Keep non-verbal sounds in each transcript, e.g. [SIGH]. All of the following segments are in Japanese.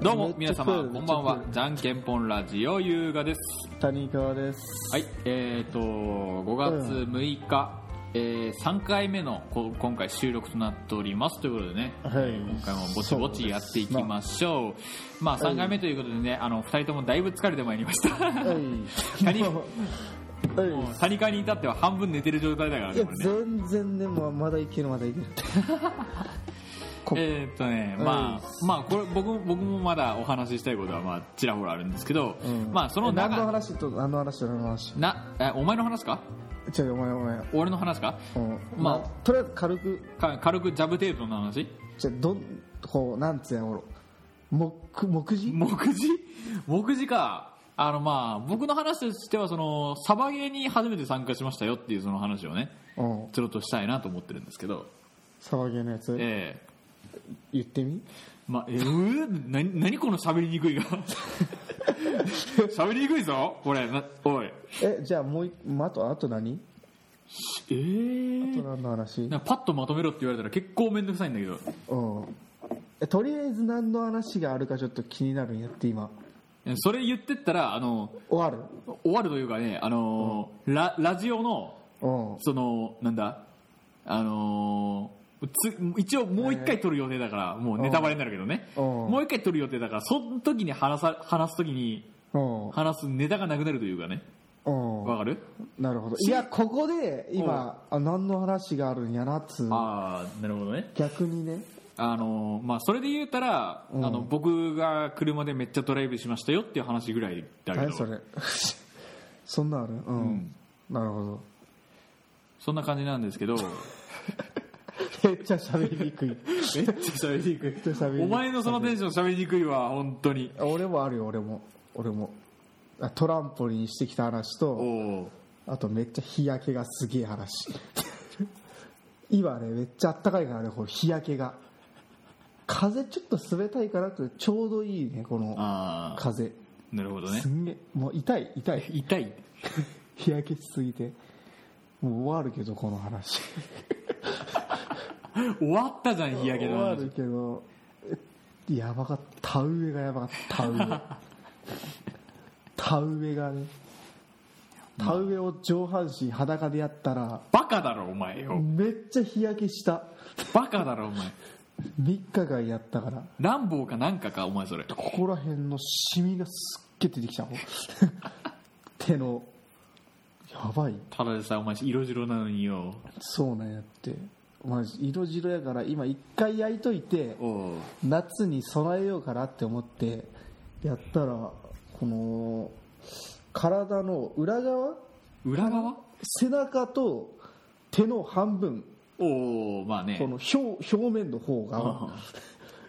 どうも皆様こんばんはじゃんけんぽんラジオ優雅です谷川ですはいえー、と5月6日、えー、3回目のこ今回収録となっておりますということでね、はい今回もぼちぼちやっていきましょうまあ、3回目ということでねあの2人ともだいぶ疲れてまいりましたはい谷もうはいもう谷川に至っては半分寝てる状態だからいやねこれね全然でもまだいけるまだいけるこえーっとね、まあ、まあ、これ、僕も、僕もまだお話ししたいことは、まあ、ちらほらあるんですけど、うんまあ、そのえ何の中、話と何の話と何の話な、え、お前の話か違うお前お前俺の話かうんままああとりあえず軽くか軽くジャブテープの話じゃあどんこうなんつうの目目次目次目次か。あの、まあ、僕の話としては、その、サバゲーに初めて参加しましたよっていうその話をね、うんちょろっとしたいなと思ってるんですけど、騒ぎのやつええ言ってみまあ、えー、な、なにこの喋りにくいが。喋りにくいぞこれ、な、おい。えじゃあもういあとあと何ええあと何の話なんかパッとまとめろって言われたら結構面倒くさいんだけどうんえとりあえず何の話があるかちょっと気になるんやって今それ言ってったらあの終わる終わるというかねあの、ララジオのうんそのなんだあのつ一応もう一回撮る予定だから、もうネタバレになるけどね、うんもう一回撮る予定だからその時に話さ話す時にうん話すネタがなくなるというかねうんわかる、なるほどいやここで今あ何の話があるんやなっつうああなるほどね逆にねあのまあそれで言うたら、うんあの僕が車でめっちゃドライブしましたよっていう話ぐらいだけど何それ [LAUGHS] そんなんあるうん、なるほどそんな感じなん [LAUGHS] ですけどめっめっちゃ喋りにくいちゃ喋りにくいちゃ喋りにくいお前のそのテンション喋りにくいわ本当に俺もあるよ俺も俺もあトランポリンしてきた話おとおあとめっちゃ日焼けがすげえ話 [LAUGHS] 今ねめっちゃあったかいからねこの日焼けが風ちょっと冷たいからってちょうどいいねこのああ風なるほどねすんげえもう痛い痛い痛い日焼けしすぎてもう終わるけどこの話終わったじゃん日焼け終のわ話るけどえやばかった田植えがやばかった田植え田植えがね田植えを上半身裸でやったらバカだろお前よめっちゃ日焼けしたバカだろお前3日間やったからランボーかなんかかお前それここら辺のシミがすっげえ出てきたもん [LAUGHS] 手のやばいただでさお前色白なのによそうなんやってマジ色白やから今一回焼いといておお夏に備えようかなって思ってやったらこの体の裏側裏側背中と手の半分おおまあねこの表表面の方がうん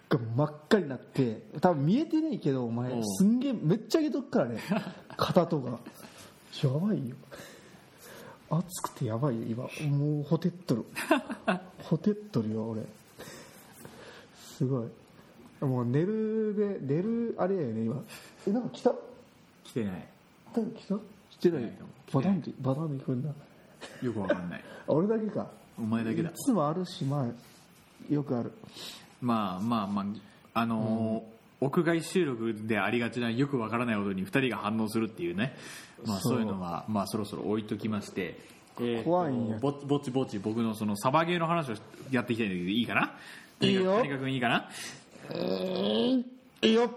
が真っ赤になって多分見えてねえけどおう前んすんげえめっちゃ上げとくか [LAUGHS] らね肩とかやばいよ暑くてやばいよ今もうほてっ [LAUGHS] とるほてっとるよ俺すごいもう寝るで寝るあれやよね今えなんか来た来てない誰か来たしてなないいバタンでバタンで行くんだよくわかんない俺だけかお前だけだいつもあるしまあよくあるまあまあまああのー屋外収録でありがちなよくわからない音に2人が反応するっていうね、まあ、そそうういうのはまあそろそろ置いときまして、えーと怖いんやぼぼちぼち僕のそのサバゲーの話をやっていきたいんだけどいいかないいよとにかくいいかなえいよ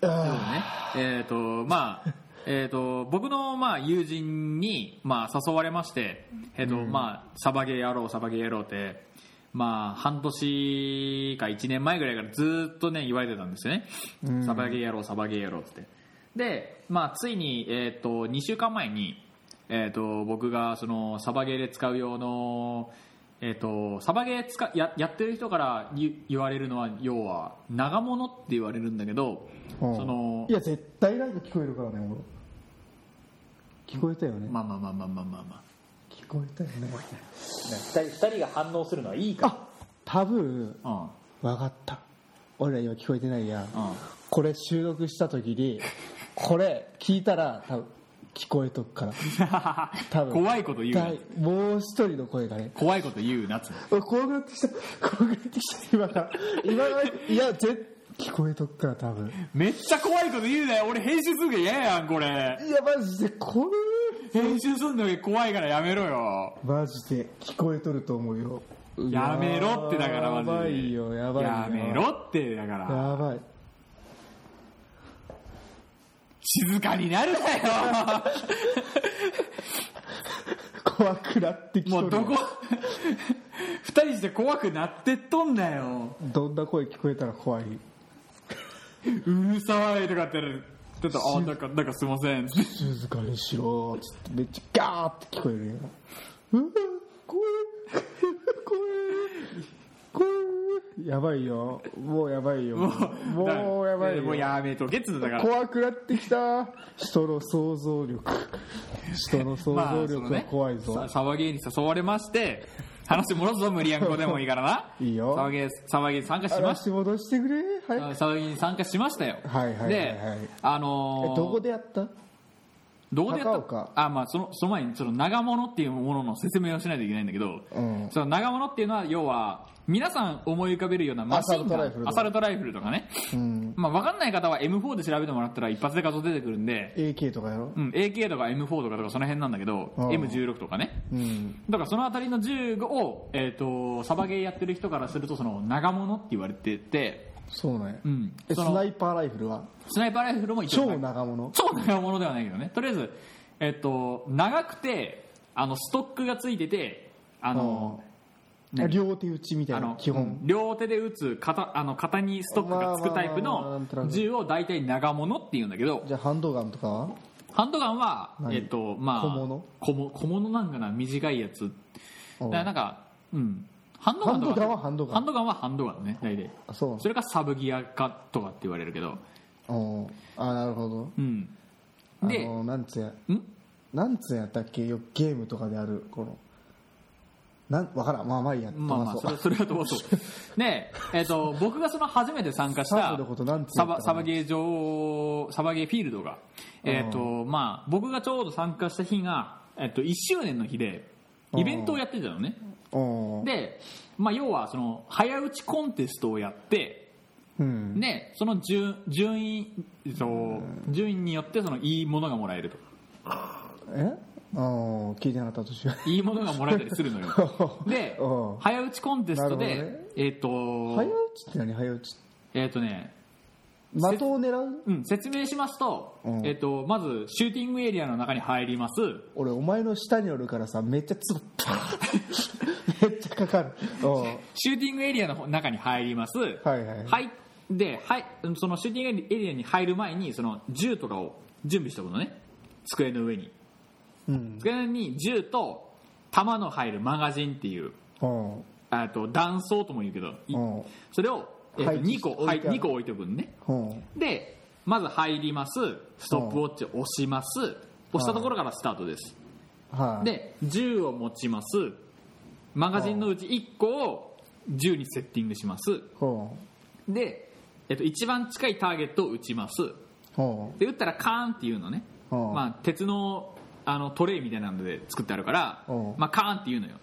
そうあねえっ、とまあ [LAUGHS] えー、と僕のまあ友人にまあ誘われまして、えーとまあ、サバゲーやろうサバゲーやろうって、まあ、半年か1年前ぐらいからずっとね言われてたんですよね、んサバゲーやろうサバゲーやろうってで、まあ、ついに、えー、と2週間前に、えー、と僕がそのサバゲーで使う用の、えー、とサバゲー使うややってる人から言言われるのは要は長物って言われるんだけど、うんそのいや絶対なんか聞こえるからね俺聞こえたよね、まあまあまあまあまあまあまあ聞こえたよね2人が反応するのはいいあ多分うんうん分かった俺ら今聞こえてないやんこれ収録した時にこれ聞いたら多分聞こえとくから多分怖いこと言うなだいもう一人の声がね怖いこと言うなつ俺怖くなってきた怖くなってきた今から今からいや絶聞こえとくから多分めっちゃ怖いこと言うなよ俺編集するの嫌やんこれいやマジでこれ編集するのが怖いからやめろよマジで聞こえとると思うよやめろってだからマジでやばいよやばいよやめろってだからやばい静かにな [LAUGHS] るなよ怖くなってきとるもうどこ [LAUGHS] 二人して怖くなってっとんだよどんな声聞こえたら怖いうるさいとかってやるちょっとあなんかなんかすいません静かにしろっつってめっちゃガーって聞こえるようわ怖い怖い怖いやばいよもうやばいよもだからうやばいよ [LAUGHS] もうやめとけっつうんだから怖くなってきた人の想像力人の想像力は怖いぞ、まあそのねさ騒ぎに誘われま [LAUGHS] して話戻すぞ無理やんこでもいいからないいよ騒ぎ騒ぎに参加しまし嵐戻してくれたはい騒ぎに参加しましたよはいはいはいはいであのーえどこでやったどこでや高った岡あまあそのその前にその長物っていうものの説明をしないといけないんだけど、うんその長物っていうのは要は皆さん思い浮かべるようなマシンガンアサルトライフルとかアサルトライフルとかね、うんまあ、分かんない方は M4 で調べてもらったら一発で画像出てくるんで、 AK とかやろうん、AK とか M4 とかとかその辺なんだけど、うん M16 とかねうんだからその辺りの銃を、えー、とサバゲーやってる人からするとその長物って言われてて、そうなんやうん、えスそのナイパーライフルはスナイパーライフルも一応超長物超長物ではないけどねとりあえず、えっと、長くてあのストックがついててあの、うん何両手打ちみたあいなの基うん本両手で打つ型あの型にストックがつくタイプまあまあまあまあなんとなのく銃を大体長物っていうんだけどじゃあハンドガンとかはハンドガンは、何えっとまあ、小物小物小物なんかな短いやつうだんからなんかうんハンドガンとかハンドガンはハンドガンハンドガンはハンドガンね大体あそうそれかサブギアかとかって言われるけどうんあなるほどうんあでのなんつやんなんつやったっけよくゲームとかであるこのなんわからんまあまあいいやまあまあ飛そばれそうそれは [LAUGHS] どうぞで、えっと僕がその初めて参加しサたブのことなんてサ言っバたかなサバゲー場サバゲーフィールドが、えっとまあ、僕がちょうど参加した日が、えっと1周年の日でイベントをやってたのねうんで、まあ、要はその早打ちコンテストをやってうんでその順順位、えっと順位によってそのいいものがもらえるとえうん聞いてなかった年はいいものがもらえたりするのよ [LAUGHS] でうん早打ちコンテストで、なるほどねえっ、と早打ちって何早打ちってえっ、とね的を狙ううん、説明しますと,、うんえっとまずシューティングエリアの中に入ります俺お前の下におるからさめっちゃつぶパーン [LAUGHS] めっちゃかかるうんシューティングエリアの中に入ります、はいはいはいではい、そのシューティングエリアに入る前にその銃とかを準備しておくのね机の上にうん机の上に銃と弾の入るマガジンっていううんあと弾倉とも言うけど、いうんそれを、えっと配置2個置いはいてある2個置いておくのねうんでまず入りますストップウォッチを押します押したところからスタートですはいで銃を持ちますマガジンのうち1個を銃にセッティングしますうんうんで、えっと、一番近いターゲットを撃ちますうんで撃ったらカーンっていうのね、うんまあ、鉄のあのトレイみたいなので作ってあるからうん、まあ、カーンっていうのよ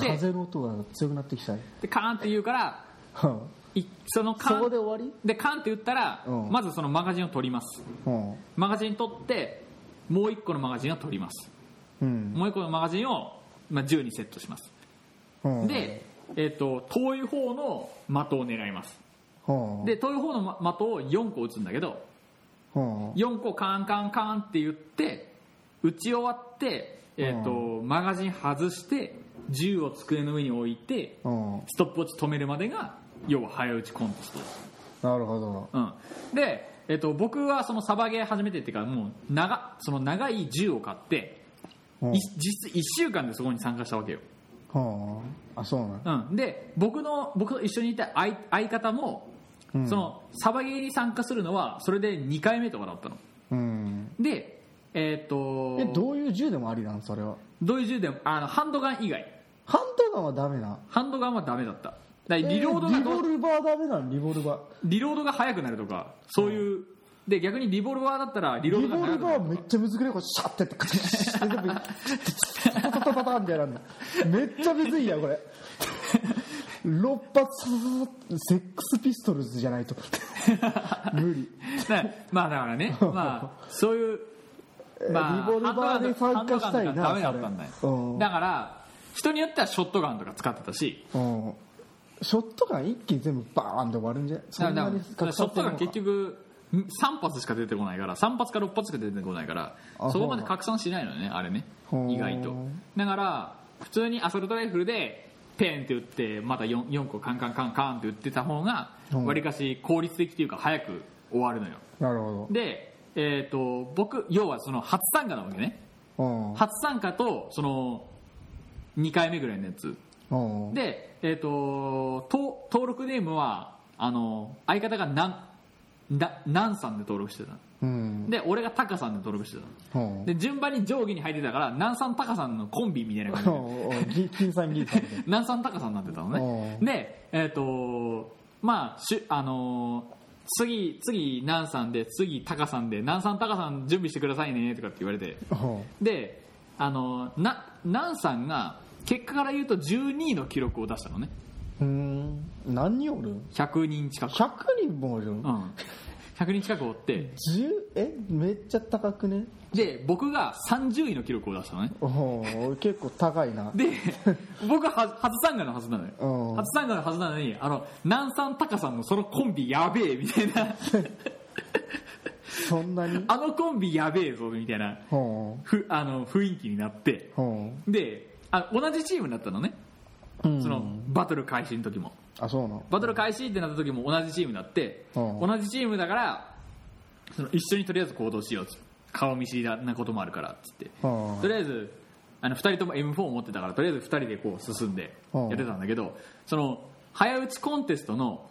で風の音が強くなってきたねでカーンって言うからうんいそのカそーこンで終わりでカーンって撃ったら、うんまずそのマガジンを取りますうんマガジン取ってもう1個のマガジンを取りますうんもう1個のマガジンを、まあ、銃にセットしますうんで、えっと遠い方の的を狙いますうんで遠い方のま的を4個撃つんだけどうん4個カンカンカンって言って撃ち終わって、えっとマガジン外して銃を机の上に置いてうんストップウォッチ止めるまでが要は早打ちコンテスト、なるほどうん、で、えっと僕はそのサバゲー始めてっていうからもう長その長い銃を買って、うんい実質1週間でそこに参加したわけようんあそうなんうん、で僕の僕と一緒にいた相相方も、うんそのサバゲーに参加するのはそれで2回目とかだったのうんでえーっとえどういう銃でもありなんそれはどういう銃でもあのハンドガン以外ハンドガンはダメなハンドガンはダメだっただからえリロードがリどう、ボルバーダメなんリボルバーリロードが速くなるとかそういう、で逆にリボルバーだったらリローリドがボ速ルくなバーるめっちゃ難しいこれシャッてやってカチッて全部タタタタタタタみたいなのめっちゃむずいやんこれ6発セックスピストルズじゃないと無理 [LAUGHS] だからまあだからね、まあ、そういう、まあ、リボルバーで参加したいなハンドガンとかダメだったんだそれうよんだから人によってはショットガンとか使ってたしうんショットガン一気に全部バーンで終わるんじゃないだからだにからショットガン結局3発しか出てこないから3発か6発しか出てこないからあそこまで拡散しないのねあれねほう意外とだから普通にアサルトライフルでペンって打ってまた 4, 4個カンカンカンカンって打ってた方がうんわりかし効率的というか早く終わるのよなるほで、えー、と僕要はその初参加なわけねどうん初参加とその2回目ぐらいのやつうんで、えー、とと登録ネームはあの相方がなんななんさんで登録してたうんで俺がタカさんで登録してうんたで順番に上下に入ってたからなんさんタカさんのコンビみたいな感じでうんうん銀金さん銀さんみたいな南さん高さんになってたのねうでえっ、とまあしゅあのー次次南さんで次高さんで南さん高さん準備してくださいねとかって言われてうんであのーな南さんが結果から言うと12位の記録を出したのねうん何人おるん100人近く、 100人もおるうんん、100人近くおって10えめっちゃ高くねで僕が30位の記録を出したのねうん結構高いなで [LAUGHS] 僕はは初参加のはずなのようん初参加のはずなのにあの南さん高さんのそのコンビやべえみたい [LAUGHS] なそんなにあのコンビやべえぞみたいなうんふあの雰囲気になってうんであ同じチームになったのねうんそのバトル開始の時もあそうなのバトル開始ってなった時も同じチームになってうん同じチームだからその一緒にとりあえず行動しようっつって顔見知りなこともあるからっつってうんとりあえずあの2人とも M4 を持ってたからとりあえず2人でこう進んでうんやってたんだけどその早打ちコンテストの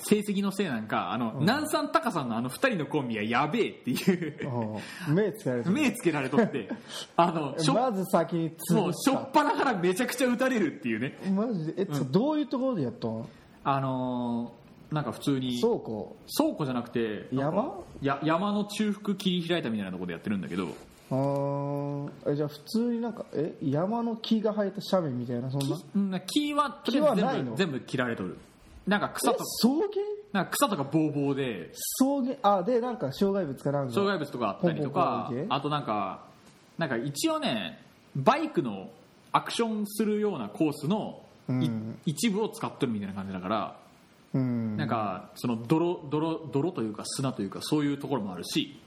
成績のせいなんかあの、南さん高さんのあの2人のコンビはやべえっていううん目つけられてる目つけられとって、あ [LAUGHS] の、しょ、まず先にも潰う、ししょったぱなからめちゃくちゃ打たれるっていうね。マジでえ、ちょどういうところでやったのあのーなんか普通に、倉庫倉庫じゃなくて、なんか山や山の中腹切り開いたみたいなところでやってるんだけど、あーえじゃあ普通になんかえ山の木が生えた斜面みたいなそんなうんな木は、とり木あはえずない全部の全部切られとる。なんか草えとか、草原なんか草とかボーボーで、草原あでなんか障害物かなんか障害物とかあったりとかほんほんほんほん、あとなんか、なんか一応ね、バイクのアクションするようなコースのい、うん一部を使ってるみたいな感じだから、うんなんかその泥泥泥というか砂というかそういうところもあるし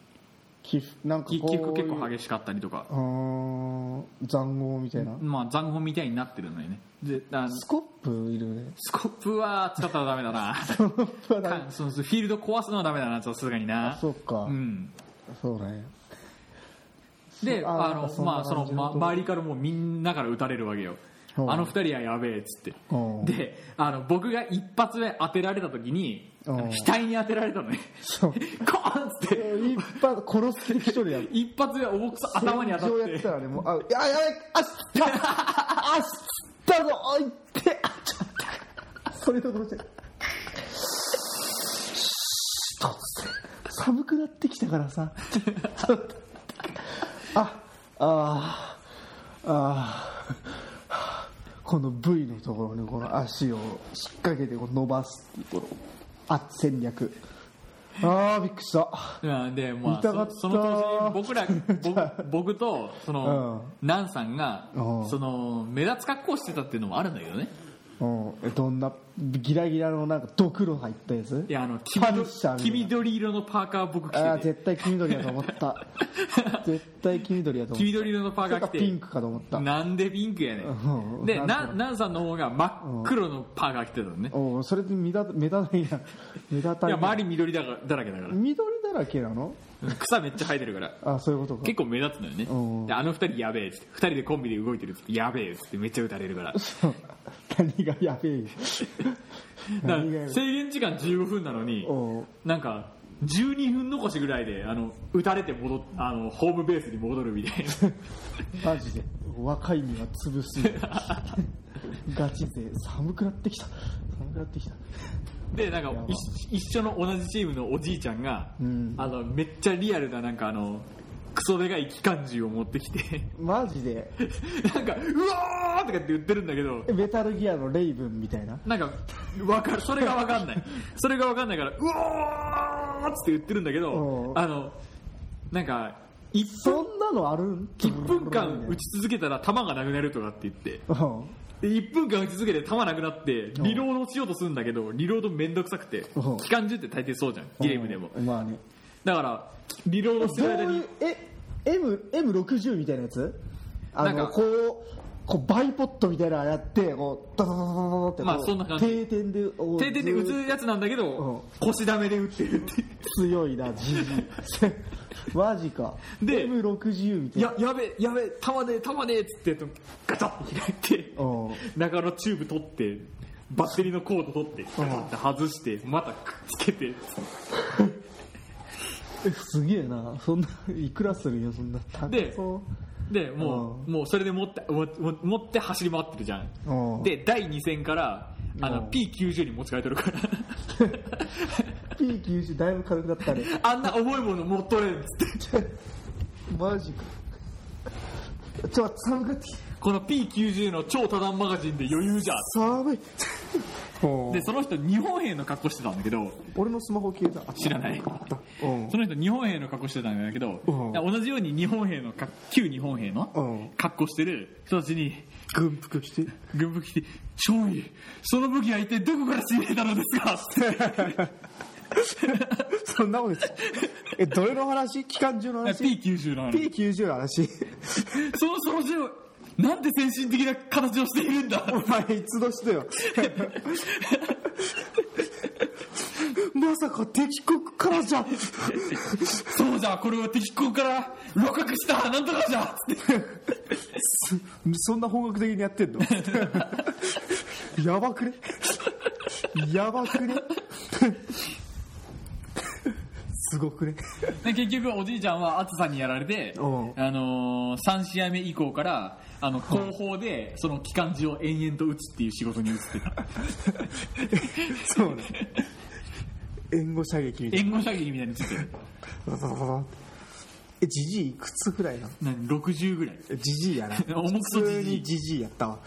寄なんか起こう伏結構激しかったりとかあ、ー塹壕みたいな、まあ、残酷みたいになってるのよねであスコップいるねスコップは使ったらダメだなスコップはダメ [LAUGHS] かそのフィールド壊すのはダメだなさすがにな [LAUGHS] そっか、うんそうねでそうああのそんなまあその、感じのま、とこ周りからもうみんなから撃たれるわけようんあの二人はやべえっつってうんであの僕が一発目当てられた時にあうのん額に当てられたのね [LAUGHS] そうコーンっつって一発殺す敵一人やる一発目重くそ頭に当た戦場っやてってたらねもうあややべあっつったあっつったぞおいってあちょっとそれと同時に突然寒くなってきたからさちょっとああーあーこの V のところにこの足を引っ掛けてこう伸ばすっていうこのあ戦略ああびっくりしたうんでまあ痛かったそその当時僕ら [LAUGHS] 僕僕とその、ナンさんが、うんその目立つ格好してたっていうのもあるんだけどねうん、えどんなギラギラのなんかドクロ入ったやついやあの黄パニッ緑シャーみたいな黄緑色のパーカー僕あ着あてて絶対黄緑やと思った [LAUGHS] 絶対黄緑やと黄思っ緑色のパーたカそー着てれかピンクかと思ったなんでピンクやねうんんでなんかナンナンさんの方が真っ黒のパーカー着てたのねおうそれで目立た目立たないな目立いたなやい周り緑だだらけだから緑だらけなのうん草めっちゃ生えてるからあそういうことか結構目立つのよねうんであの二人やべえっつって二人でコンビで動いてるっつってやべえっつってめっちゃ撃たれるから構 [LAUGHS] 何がや [LAUGHS] べえだか何がやらべえ制限時間15分なのにおうなんか12分残しぐらいであの打たれて戻っあのホームベースに戻るみたいなマジで若いには潰 [LAUGHS] すガチ勢寒くなってきた寒くなってきたでなんかやば一一緒の同じチームのおじいちゃんが、うんあのめっちゃリアルななんかあのクソでかい機関銃を持ってきて [LAUGHS] マジでなんかうわーとかって言ってるんだけどメタルギアのレイブンみたいななんかわかるそれがわかんないそれがわかんないからうおーっつって言ってるんだけうどんあのなんか1そんなのある分分間撃ち続けたら弾がなくなるとかって言ってうんで1分間撃ち続けて弾なくなってリロードしようとするんだけどリロードめんどくさくてうん機関銃って大抵そうじゃんゲームでもまあねだからリロードしてどうる間いにうえ M M60 みたいなやつあなのんかこうこうバイポットみたいなのやってこうダダダダダダってこうまあそんな感じ定点でこう停電で撃つやつなんだけど腰ダメで撃ってるっていう強いなジ [LAUGHS] ジイ [LAUGHS] マジかで M60 みたいいなや、やべ、やべ、玉ねえ、玉ねえっつって、ガチャッて開いて、うん中のチューブ取って、バッテリーのコード取って、ガチャッて外して、またくっつけて、えすげえなそんないくらするよそんな高でそうで、もう、もうそれで持って、もも持って走り回ってるじゃうんん。で、第2戦から、あうの、ん P90 に持ち替えとるから、 [LAUGHS] P90 だいぶ軽くなっ [LAUGHS] たねあんな重いもの持っとれんっつって、マジかちょっと寒かってきたこの P90 の超多段マガジンで余裕じゃん。寒いうんで、その人、日本兵の格好してたんだけど、俺のスマホ消えたあ知らない。うんその人日本兵の格好してたんだけど、うん同じように日本兵のか旧日本兵うのん格好してる人たちに軍服着て軍服着て「少尉その武器は一体どこから仕入れたのですか?」 [LAUGHS] ってそんなもんですえどれの話期間中の話 P90 なのに P90 の話そのその銃なんて先進的な形をしているんだお前一度してよまさか敵国からじゃんそうじゃこれは敵国から露獲したなんとかじゃそそんな本格的にやってんのやばくねやばくねすごくねで結局おじいちゃんは暑さにやられて、うんあのー、3試合目以降からあの後方でその機関銃を延々と撃つっていう仕事に移って [LAUGHS] たそうね援護射撃みたい援護射撃みたいについてるなババババってえジジイいくつぐらいなの何60ぐらいえジジイやな重くそ普通ジジイにジジイやったわ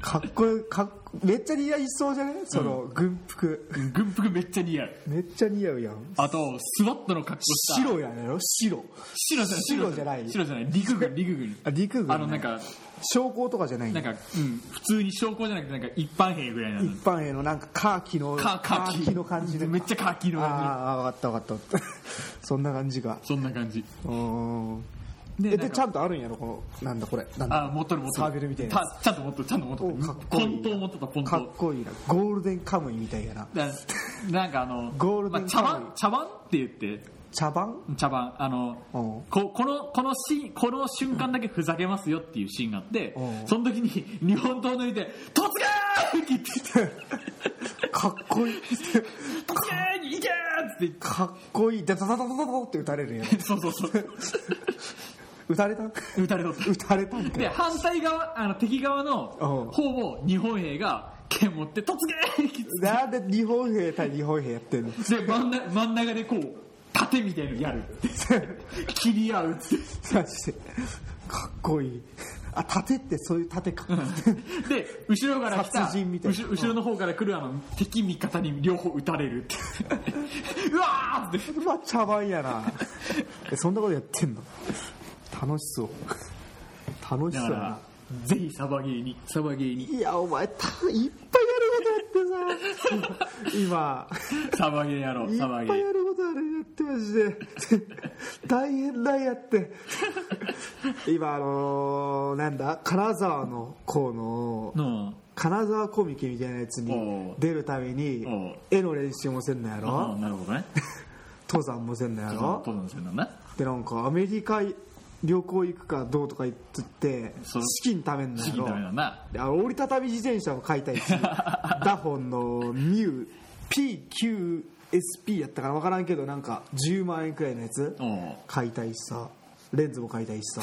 かっこいかっこめっちゃ似合いそうじゃねその軍服、軍服めっちゃ似合うめっちゃ似合うやんあとスワットの格好した白やねろ白白じゃない白じゃない白じゃない陸軍陸軍あ陸軍ねあのなんか将校とかじゃないんだなんか、うん、普通に将校じゃなくてなんか一般兵ぐらいなの一般へのなんかカーキのカカーキカーキの感じでめっちゃカーキの感ああ分かった分かったそんな感じかじそんな感じうーんでなえんかでちゃんとあるんやろこのなんだこれなんだあ持っとる持っとるサーベルみたいなやたちゃんと持っとるちゃんと持っとるおかっこいいポントを持っとったポントつかっこいいなゴールデンカムイみたいやなだなんかあのゴールデンまあ、茶カム番イ茶番って言って茶番茶番あのうんここのこのシーンこの瞬間だけふざけますよっていうシーンがあってうんその時に日本刀を抜いて「突撃!」って言ってかっこいい「突撃行け!」って言っかっこいいダダダダダダダって打たれるんやろてそうそうそう打たれた撃たれとった [LAUGHS] 打たれたんかでよ反対側あの敵側のう方を日本兵が剣持って「突撃!」っなんで日本兵対日本兵やってんのてで真ん中真ん中でこう盾みたいのやる [LAUGHS] 切り合うってマジでかっこいいあ盾ってそういう盾か [LAUGHS] で後ろから来た殺人みたいな後ろ後ろの方から来るあの敵味方に両方撃たれるって [LAUGHS] うわーってうわ茶番やなえそんなことやってんの楽しそう楽しだそかうなら、ぜひサバゲーに、サバゲーに、いやお前たいっぱいやることやってさ今サバゲーやろう、いっサぱバいゲー。やることあるやってまして大変だやって今あのーなんだ金沢の校のの、金沢コミケみたいなやつにおう出るためにおう絵の練習もせんのやあろなるほどね。登山もせんのやろ登山するんだな。でなんかアメリカ旅行行くかどうとか言っつってその資金貯めんの資や金ろダメだな。であの折りたたみ自転車も買 [LAUGHS] いたいしダホンのミュー PQSP やったから分からんけどなんか10万円くらいのやつおう買いたいしさレンズも買いたいしさ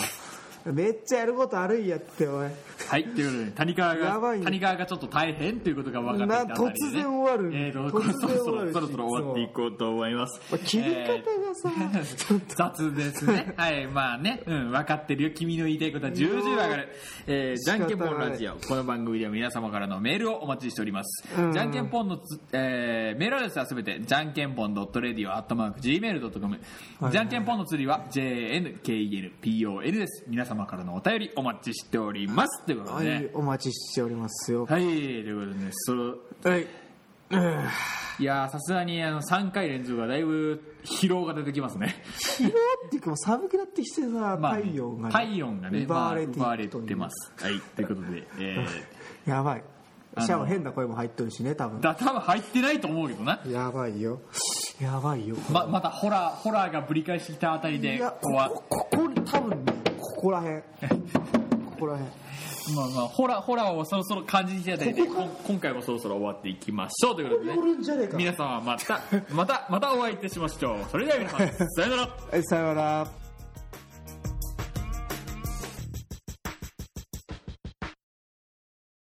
めっちゃやることあるんやっておいはいということで谷川やばがいね谷川がちょっと大変ということが分かなってきたあたりでね突然終わるえーと突然そろそ終わろるそろそろ終わっていこうと思いますまあ切り方がさ、 [LAUGHS] 雑です [LAUGHS] ね。はい、まあね、うん、分かってるよ。君の言いたいことは重々分かる。えー、じゃんけんぽんラジオ。この番組では皆様からのメールをお待ちしております。うんじゃんけんぽんのつ、えーメールアドレスはすべて、じゃんけんぽん .radio.gmail.com は。いじゃんけんぽんの釣りは、jnkenpon です。皆様からのお便りお待ちしております。ということ [LAUGHS] はでい、ね。お待ちしておりますよはい、ということでね、その、はい、うんいやーさすがにあの3回連続はだいぶ疲労が出てきますね。疲労っていうかもう寒くなってきてさ、まあね体温が、体温がね奪われていくまあ奪われというてます。はい、ということで、えやばいあのシャワー変な声も入っとるしね多ー、分だ多分入ってないと思うけどな。やばいよやばいよままたホラーホラーがぶり返してきたあたりいで、やここはここここ多分ねここらへんここらへんまあまあホラーホラーをそろそろ感じてきたあたりで、こん今回もそろそろ終わっていきましょうということでおね。るんじゃねえか皆様またまたまたお会いいたしましょう。それでは皆さんさよなら。えさようなら